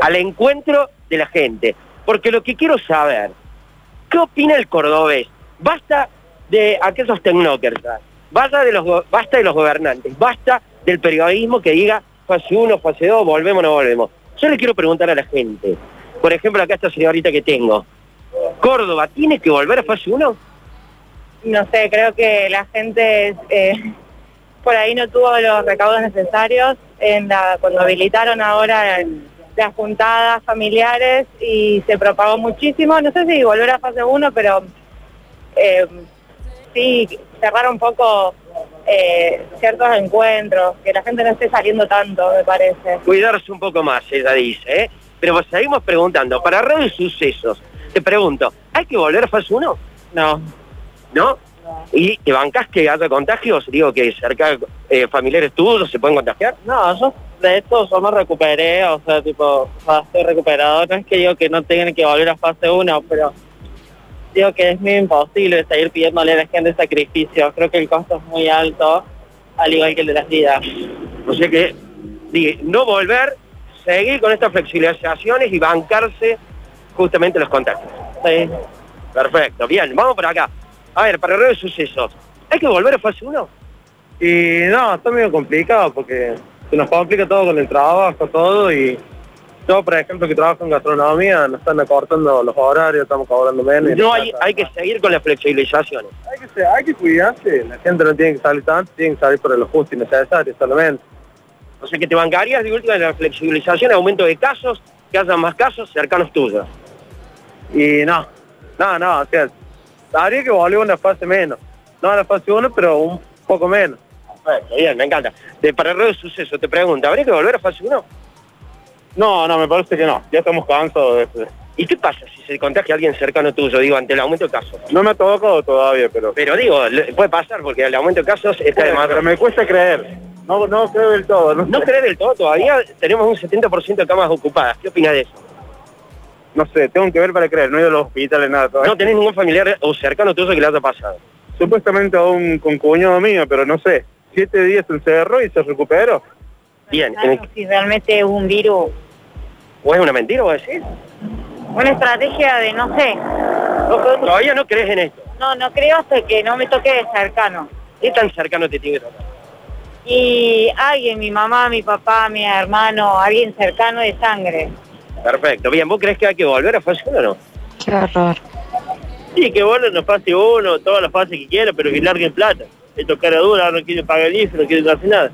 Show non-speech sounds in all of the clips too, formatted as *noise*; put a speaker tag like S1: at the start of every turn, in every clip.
S1: al encuentro de la gente. Porque lo que quiero saber, ¿qué opina el cordobés? Basta de aquellos tecnócratas, basta de los, go- basta de los gobernantes, basta del periodismo que diga fase 1, fase 2, volvemos o no volvemos. Yo le quiero preguntar a la gente, por ejemplo, acá esta señorita que tengo, ¿Córdoba tiene que volver a fase 1?
S2: No sé, creo que la gente eh, por ahí no tuvo los recaudos necesarios en la, cuando habilitaron ahora en las juntadas familiares y se propagó muchísimo. No sé si volver a fase 1, pero eh, sí cerrar un poco eh, ciertos encuentros, que la gente no esté saliendo tanto, me parece.
S1: Cuidarse un poco más, ella dice, ¿eh? Pero vos seguimos preguntando, para redes sucesos, te pregunto, ¿hay que volver a fase 1?
S2: No.
S1: ¿No? ¿Y te bancás que haya contagios? Digo que cerca eh, familiares tuyos se pueden contagiar.
S2: No, yo de hecho yo me recuperé, o sea, tipo, ya estoy recuperado. No es que digo que no tengan que volver a fase 1, pero digo que es muy imposible seguir pidiéndole a la gente sacrificio. Creo que el costo es muy alto, al igual que el de las vidas.
S1: O sea que, di- no volver, seguir con estas flexibilizaciones y bancarse justamente los contagios.
S2: Sí.
S1: Perfecto, bien, vamos por acá. A ver, para redes sucesos, ¿hay que volver a fase 1?
S3: Y no, está medio complicado porque se nos complica todo con el trabajo, todo y yo, por ejemplo, que trabajo en gastronomía, nos están acortando los horarios, estamos cobrando menos.
S1: No hay, hay que seguir con las flexibilizaciones.
S3: Hay que, se- hay que cuidarse, la gente no tiene que salir tanto, tiene que salir por lo justo y necesario solamente.
S1: O sea que te bancarías de última la flexibilización, aumento de casos, que haya más casos cercanos tuyos.
S3: Y no, no, no, o sea, habría que volver a una fase menos. No a la fase 1, pero un poco menos.
S1: Perfecto, bien, me encanta. De para redes sucesos, te pregunto, ¿habría que volver a fase 1?
S3: No, no, me parece que no, ya estamos cansados de este.
S1: ¿Y qué pasa si se contagia alguien cercano tuyo, digo, ante el aumento de casos?
S3: No me ha tocado todavía, pero...
S1: Pero digo, le- puede pasar porque el aumento de casos está de más.
S3: Pero me cuesta creer. No, no creo del todo.
S1: No creer del todo, todavía tenemos un 70% de camas ocupadas. ¿Qué opinas de eso?
S3: No sé, tengo que ver para creer, no he ido a los hospitales, nada. todavía.
S1: No tenés ningún familiar o cercano tuyo que le haya pasado.
S3: Supuestamente a un concuñado mío, pero no sé. Siete días se encerró y se recuperó.
S1: Bien, en el-
S2: si realmente es un virus,
S1: ¿o es una mentira o decir?
S2: una estrategia de no sé,
S1: Todavía no crees en esto.
S2: no, no creo hasta que no me toque de cercano.
S1: ¿Qué tan cercano te tiene que tocar?
S2: Y alguien, mi mamá, mi papá, mi hermano, alguien cercano de sangre.
S1: Perfecto. Bien, ¿vos crees que hay que volver a fase 1 o no?
S4: Qué horror.
S3: Sí, que bueno, nos pase uno, todas las fases que quiera, pero que larguen plata. Esto es cara dura, no quieren pagar el IFE, no quieren hacer nada.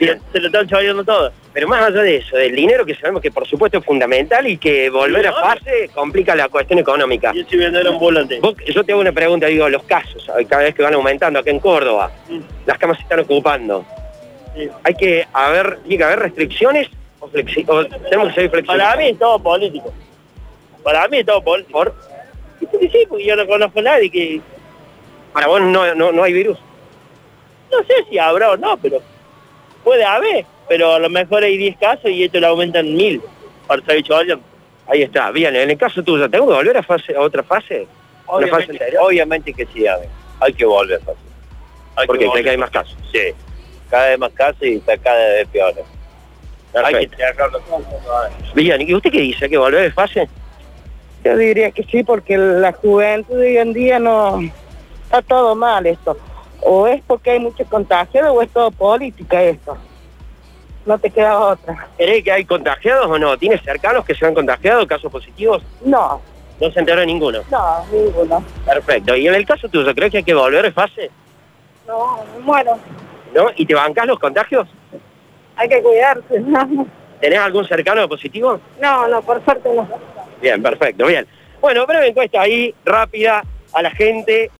S3: Sí,
S1: Bien.
S3: se lo están chavallando todo.
S1: Pero más allá de eso, del dinero que sabemos que por supuesto es fundamental y que volver a fase complica la cuestión económica.
S3: Yo estoy vendiendo ambulante.
S1: Vos- yo te hago una pregunta, digo, los casos, cada vez que van aumentando acá en Córdoba, las camas se están ocupando.
S3: Sí.
S1: Hay que haber, tiene que haber restricciones o, flexi- o tenemos que seguir
S3: Para
S1: flexibles.
S3: mí es todo político. Para mí es todo político.
S1: ¿Por?
S3: Sí, sí, porque yo no conozco a nadie que...
S1: Para vos no, no, no hay virus.
S3: No sé si habrá o no, pero puede haber. Pero a lo mejor hay 10 casos y esto lo aumentan mil para salir chavallando.
S1: Ahí está, bien, en el caso tuyo, ¿tengo que volver a, fase, a otra fase? ¿A una fase
S3: Obviamente,
S1: anterior?
S3: obviamente que sí, a ver. hay que volver fácil. Hay
S1: Porque
S3: que volver.
S1: creo que hay más casos.
S3: Sí, cada vez más casos y está cada vez peor. Hay que
S1: Perfecto.
S3: trabajarlo todo.
S1: Bien, ¿y usted qué dice? ¿Hay que volver de fase?
S5: Yo diría que sí, porque la juventud de hoy en día no está todo mal esto. O es porque hay muchos contagiados o es todo política esto. No te queda otra.
S1: ¿Cree que hay contagiados o no? ¿Tiene cercanos que se han contagiado, casos positivos?
S5: No,
S1: No se enteró ninguno.
S5: no, ninguno.
S1: Perfecto. ¿Y en el caso tuyo, crees que hay que volver de fase?
S5: No, me muero.
S1: ¿No? ¿Y te bancás los contagios?
S5: Hay que cuidarse. *laughs* No,
S1: ¿Tenés algún cercano positivo?
S5: no, no, por suerte no.
S1: Bien, perfecto, bien. Bueno, breve encuesta ahí, rápida, a la gente